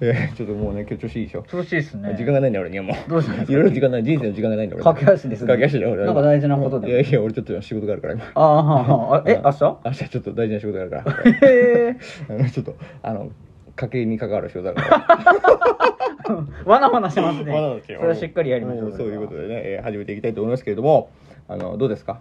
えーちょっともうね今日調子いいでしょ、調子いいっすね時間がないんだ俺にはもうどうしたんですかいろいろ時間ない人生の時間がないんだ俺駆け足ですね駆け足だよ俺はなんか大事なことでもいやいや俺ちょっと仕事があるから今ああああ あえ明日明日ちょっと大事な仕事があるからへえあのちょっとあの家計に関わる仕事だから わなわなしてま すねまだですよそれはしっかりやりましょもううそういうことでね、えー始めていきたいと思いますけれどもあのどうですか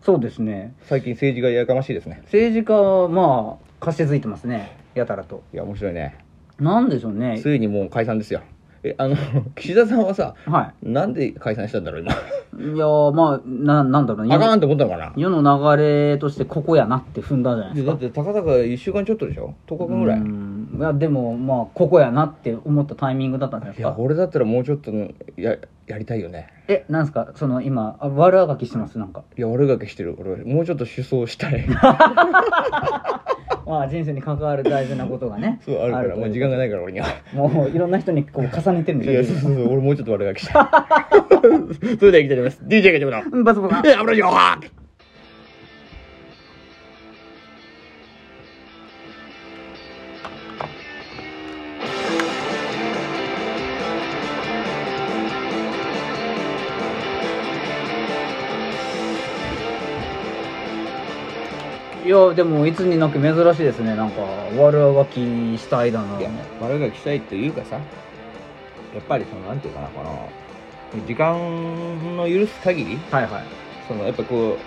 そうですね最近政治がやかましいですね政治家はまあ貸し付いてますねやたらといや面白いねなんでしょうねついにもう解散ですよえあの 岸田さんはさはなんで解散したんだろう今いいやーまあななんだろうねあかんと思ったのかな世の流れとしてここやなって踏んだんじゃないですでかだってたかだか1週間ちょっとでしょ10日間ぐらい、うんいやでもまあここやなって思ったタイミングだったんじゃないいですやか俺だったらもうちょっとややりたいよねえなんですかその今あ悪あがきしてますなんかいや悪ガキしてる俺もうちょっと思想した いまあ人生に関わる大事なことがね そうあるからもう時間がないから俺にはもういろんな人にこう重ねてるんいやでそうすそうそう俺もうちょっと悪ガキしたそれでは行きたいと思います DJ がジョブのよバズボ「え油情報!」いやでもいつになく珍しいですねなんか悪あがきしたいだないや悪ガキしたいっていうかさやっぱりそのなんていうかなこの時間の許す限りはいはい、そのやっぱこ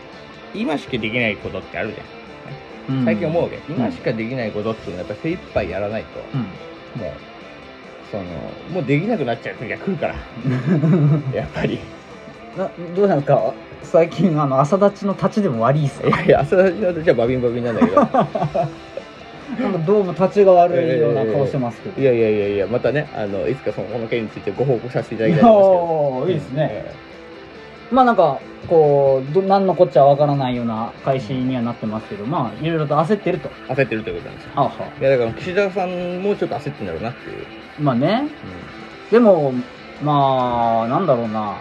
う今しかできないことってあるじゃうんん最近思うわけ、今しかできないことっていうのはやっぱ精一杯やらないと、うんもうそのもうできなくなっちゃう時が来る からやっぱりなどうなんですか最近あの朝立ちの立ちでも悪いっすいよやいや朝立ちの時はバビンバビンなんだ けどなんかどうも立ちが悪いような顔してますけど、いやいやいやいやまたねあのいつかそのこの件についてご報告させていただきたいと思いおますーけどいいですね、まあなんかこうど何のこっちゃわからないような開始にはなってますけどまあいろいろと焦ってるとええ焦ってるということなんですよあはいやだから岸田さんもちょっと焦ってんだろうなっていう、まあねでもまあなんだろうな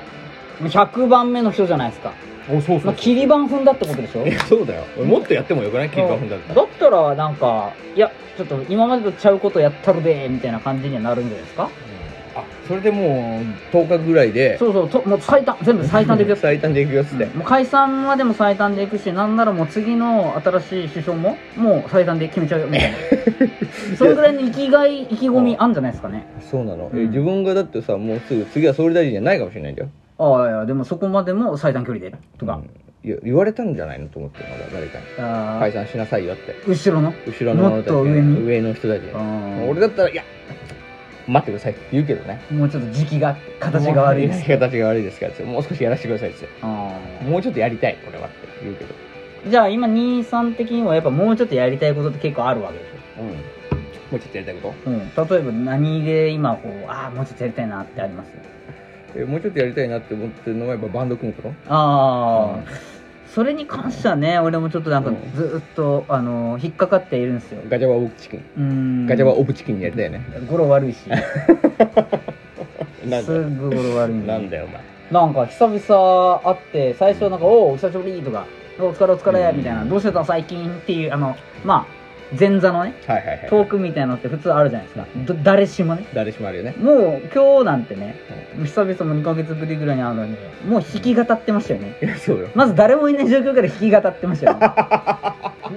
100番目の人じゃないですか、おそうまあ、切り板踏んだってことでしょえ そうだよ俺もっとやってもよくないキリバフンだったらだったらなんかいやちょっと今までとちゃうことやったるでみたいな感じにはなるんじゃないですかあそれでもう10日ぐらいでそうそうともう最短全部最短でいくよ最短でいくよっつって、もう解散はでも最短でいくしなんならもう次の新しい首相ももう最短で決めちゃうよみた いなそれぐらいの生きがい意気込みあんじゃないですかねそうなの、えうん自分がだってさもうすぐ次は総理大臣じゃないかもしれないんだよああいやでもそこまでも最短距離でとか、うんいや言われたんじゃないのと思ってまだ誰かにああ解散しなさいよって後ろの後ろの者たちにもっと上に上の人たちにあー俺だったらいや待ってくださいって言うけどねもうちょっと時期が形が悪いですす 形が悪いですからってもう少しやらせてくださいって ああもうちょっとやりたい俺はって言うけどじゃあ今23的にはやっぱもうちょっとやりたいことって結構あるわけでしうんもうちょっとやりたいこょ、うん、例えば何で今こうああもうちょっとやりたいなってありますとえもうちょっとやりたいなって思ってるのはやっぱバンド組むことあうあ、んそれに関してはね俺もちょっとなんかうんずーっと、あのー引っかかっているんですよガチャバオブチキンうーんガチャバオブチキンやりたいよね語呂 悪いしなんすだよぐ語呂悪いんなんだでよお前なんか久々会って最初なんか「おお久しぶり」とか「お疲れお疲れ」みたいな「どうしてた最近」っていうあのまあ前座のねはいはいはトいークみたいなのって普通あるじゃないですかど誰しもね誰しもあるよねもう今日なんてね久々も2ヶ月ぶりぐらいに会うのにもう弾き語ってましたよねいやそうよまず誰もいない状況から弾き語ってましたよ、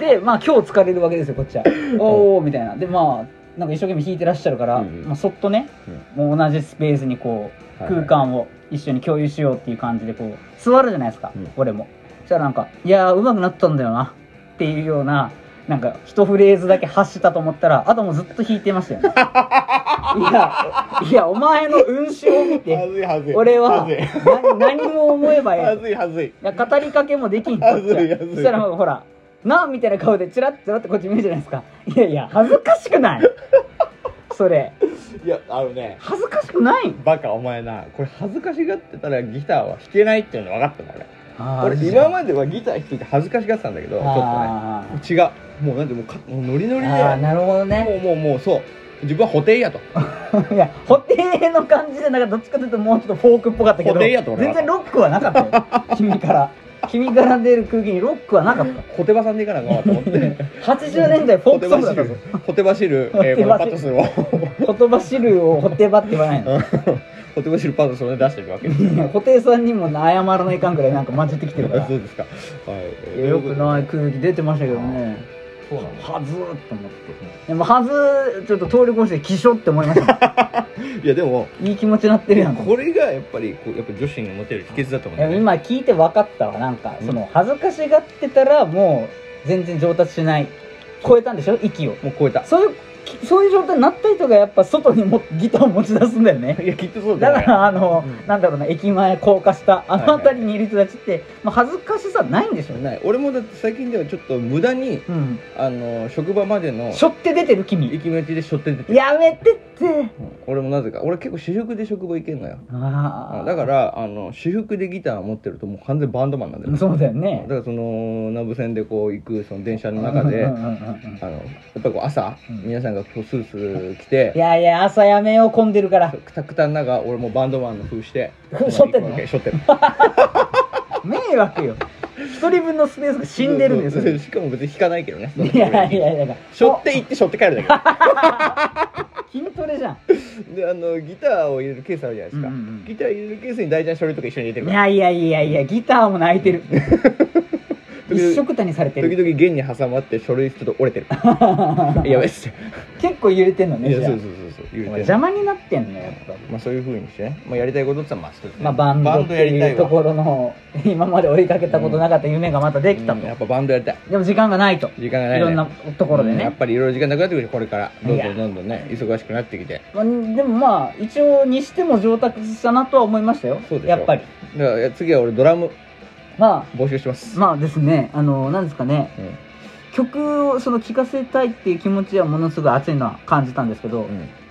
ね、でまあ今日疲れるわけですよこっちはおおみたいなでまあなんか一生懸命弾いてらっしゃるから、うんうんまあ、そっとね、もう同じスペースにこうはいは空い間を一緒に共有しようっていう感じでこう座るじゃないですか、うん俺もそしたらなんか「いやー上手くなったんだよな」っていうようななんか一フレーズだけ発したと思ったらあともうずっと弾いてました よねいやいやお前の運指を見てずいはず俺ははずいな何も思えばええはずいはずいいや語りかけもできんこっちは恥ずい恥ずいそしたらもうほら「な」みたいな顔でチラッチラッてこっち見るじゃないですかいやいや恥ずかしくないそれいやあのね恥ずかしくないバカお前なこれ恥ずかしがってたらギターは弾けないっていうの分かったのあ俺俺今でまではギター弾いて恥ずかしがってたんだけどちょっあーとね違うもうなんでもうかもうノリノリであーなるほどね もうもうもうそう自分は補填やといや布袋の感じでなんかどっちかというともうちょっとフォークっぽかったけど布袋やと俺は 全然ロックはなかったよ君から君から出る空気にロックはなかったコテバさんでいかなあかんわと思って80年代フォークソング だったぞコテバシルコえテバシル ーこのパトスを 言葉汁をホテバって言わないのコテバシルパトスをね出してるわけですい や布袋さんにも謝らないかんぐらいなんか混じってき てるからそうですかはいえーよくない空気出てましたけどねそうなんですはずーっと思ってでもはずーちょっと通り越して気象って思い ましたいやでももんいい気持ちになってるやんと思っこれがやっぱりこうやっぱ女子にモテる秘訣だと思うてでもんだよね今聞いて分かったわなんかその恥ずかしがってたらもう全然上達しない超えたんでしょ息をもう超えた そういうきそういう状態になった人がやっぱ外にもギターを持ち出すんだよねいやきっとそうだだよねからあの、うんなんだろうな駅前高架下あのはいはい辺りにいる人たちって、まあ、恥ずかしさないんでしょうね、ない俺もだって最近ではちょっと無駄にうん、あの職場までのしょって出てる君行き道でしょって出てるやめてってうん俺もなぜか俺結構主食で職場行けんのよああだからあの主服でギター持ってるともう完全バンドマンなんだよそうだよだねからその南武線でこう行くその電車の中でうんあうんうんうんのやっぱりこう朝うん皆さんがこうスースー来いてやいや朝やめよう混んでるからくたくたの中俺もバンドマンの風してふ しょってん行くのわけしょってる迷惑よ一人分のスペースが 死んでるんですそうそようしかも別に弾かないけどねいやいやいやしょって行ってしょって帰るだお筋トレじゃんけどであのギターを入れるケースあるじゃないですか、うんうんうんギター入れるケースに大事な書類とか一緒に入れてるいからやいやいやいやギターも泣い てる一々色たにされて時る々弦に挟まって書類ちょっと折れて るやべっす結構揺れてんのねいやじゃあそうそうそうそう揺れてる邪魔になってんのやっぱりまあ、そういうふうにしてね、まあ、やりたいことって言ったらまあそうですねまあ、バンドってやりたいいうとわころの 今まで追いかけたことなかった夢がまたできたうんと、やっぱバンドやりたいでも時間がないと時間がない、ね、いろんなところでうんやっね、ぱりいろいろ時間なくなってくるよこれからどんいどやんどんどんね忙しくなってきてまあでもまあ一応にしても上達したなとは思いましたよそうでしょやっぱりだから次は俺ドラムま募集します、あまあですねあのなんですかねうん曲をその聴かせたいっていう気持ちはものすごい熱いのは感じたんですけど、うん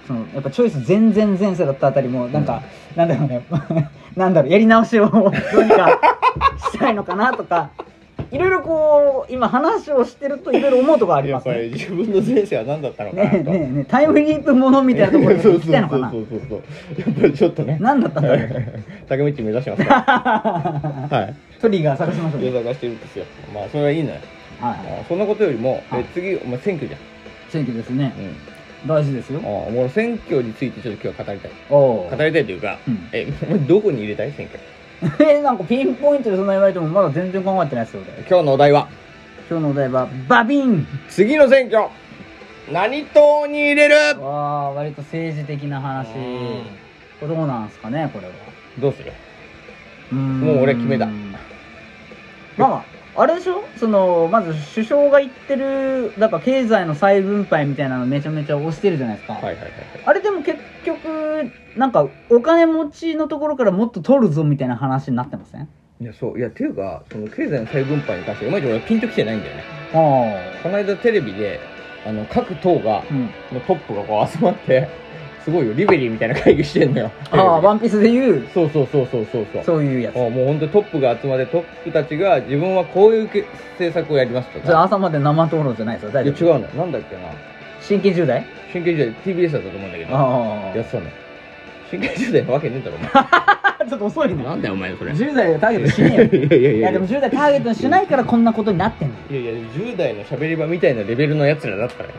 そのやっぱチョイス全然前世だったあたりもなんか、なんだろうねなんだろうやり直しをどうにかしたいのかなとか いろいろこう今話をしてるといろいろ思うとこありやまっすぱりね自分の前世は何だったのかなねとえねえねえタイムリープものみたいなところに行きたいのか なそうそうそうそうやっぱりちょっとね何だった んだろう竹道目指してます からはいトリガー探しましょう、目指してるんですよまあそれはいいのよはいあそんなことよりも、はいえ次お前選挙じゃ選挙ですねん、うん、大事ですよあもう選挙についてちょっと今日は語りたいおお語ーりたいというか、うんえ お前どこに入れたい選挙 えなんかピンポイントでそんな言われてもまだ全然考えてないですよ俺今日のお題は今日のお題はバビン次の選挙何党に入れるわあ割と政治的な話うんどうなんすかねこれはどうするももう俺決めたまああれでしょそのまず首相が言ってるだから経済の再分配みたいなのめちゃめちゃ推してるじゃないですか、はいはいはいはいあれでも結局なんかお金持ちのところからもっと取るぞみたいな話になってませんいやそういやっていうかその経済の再分配に関していまいち俺はピンときてないんだよねあこの間テレビであの各党があ、うん、のトップがこう集まって すごいよリベリーみたいな会議してんのよああワンピースで言うそうそうそうそうそうそうそういうやつあもう本当にトップが集まってトップたちが自分はこういうけ政策をやりますとじゃあか朝まで生討論じゃないですよ大いや丈違夫うのなんだっけな新規10代神経時代 TBS だったと思うんだけどあやってたの神経時代なわけねえ だろお前あちょっと遅いね んだよお前それい10代でターゲットしねえや よいやいやいいややでも10代ターゲットにしないからこんなことになってんのいやいや10代の喋り場みたいなレベルのやつらだったらよ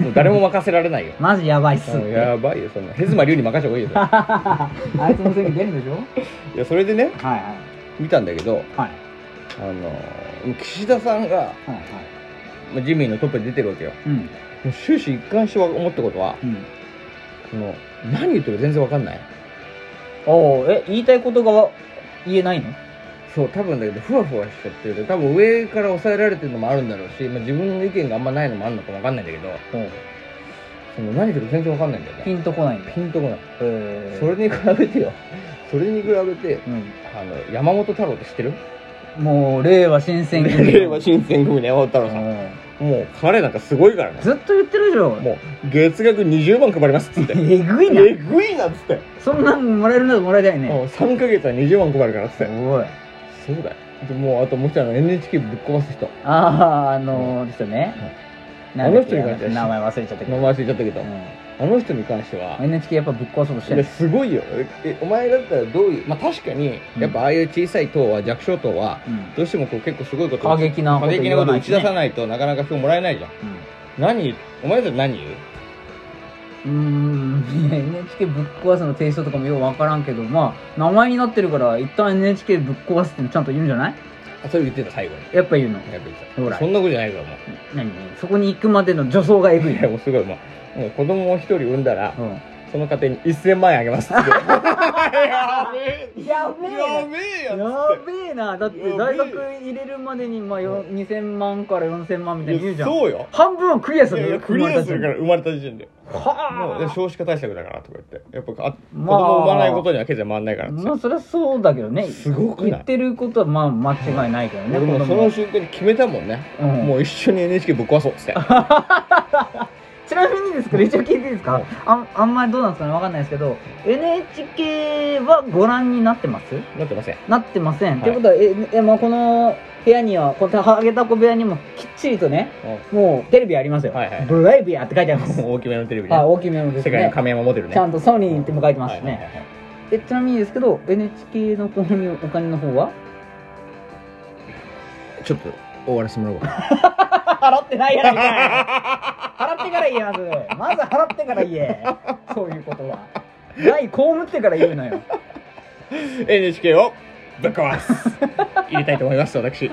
もう誰も任せられないよマジやばいっ すあのやばいよそんなヘズマリュウに任せた方がいいよそれ あいつのせいに出るんでしょいやそれでねはいはい見たんだけどはいあのー岸田さんがはいはいまあ自民のトップで出てるわけようんもう終始一貫して思ったことはうんその何言ってるか全然わかんないおおえ言いたいことが言えないのそう多分だけどふわふわしちゃってる多分上から抑えられてるのもあるんだろうし、まあ、自分の意見があんまないのもあるのかわかんないんだけどその何言ってるか全然わかんないんだよピねンとこないんだピンとこないえそれに比べてよそれに比べてうあの山本太郎って知ってるんもう令和新選 組令和新選組の山本太郎さんもう彼なんかすごいからうんねずっと言ってるでしょもう月額20万配りますっつってえぐいな えぐいなっつってそんなんもらえるならもらいたいねもう3ヶ月は20万配るからっつっすてごいそうだよでもうあともう一人あの NHK ぶっ壊す人あああのーですよねうんなんだっけあの人に関しては名前忘れちゃったけ名ど前忘れちゃったけどうんあの人に関しては NHK やっぱぶっ壊そうとしていやるすごいよえお前だったらどういうまあ確かにうんやっぱああいう小さい党は弱小党はうんどうしてもこう結構すごいこと過激なこと過激言なわことな打いちしね出さないとなかなか票もらえないじゃん何お前だったら何言ううんうーんいや NHK ぶっ壊すの提唱とかもよう分からんけどまあ名前になってるから一旦 NHK ぶっ壊すってのちゃんと言うんじゃないあそれ言ってた最後にやっぱ言うのやっぱ言ってほたらそんなことじゃないからも何そこに行くまでの助走がえぐういいやもうすごいもうもう子供を一人産んだらうんその家庭に1000万円あげますって やべえやべえやべえややべえなだってやべえ大学入れるまでにまあよ2000万から4000万みたいに言ういじやゃんそうよ半分をクリアすいやるいよやクリアするからら生まれた時点でもういやは少子化対策だからとか言ってやっぱあ、まあ子供を産まないことには経済回らないかあらってまあそれはそうだけどねすごくない言ってることはまあ間違いないけどね俺もう子そ供はの瞬間に決めたもんね、うんもう一緒に NHK ぶっ壊そうっつってちなみにですけど一応聞いていいですかあんあんまりどうなんですかねわかんないですけど NHK はご覧になってますなってませんなってません。いと、いうことは、え、えまあ、この部屋には、このハゲタコ部屋にもきっちりとね、もうテレビありますよ。はいはいブレイビアって書いてあります。はい、大きめのテレビね、大きめのです世界のね。亀山モデルねちゃんとソニーっても書いてますはしいはね。いはいえ、ちなみにですけど、NHK のこのお金の 方ははいちょっと終わらせてもらおうか払ってないやないかい 払ってから言えまず。まず払ってから言え。そういうことは。ない、被ってから言うのよ。 NHK をぶっ壊す入れたいと思います私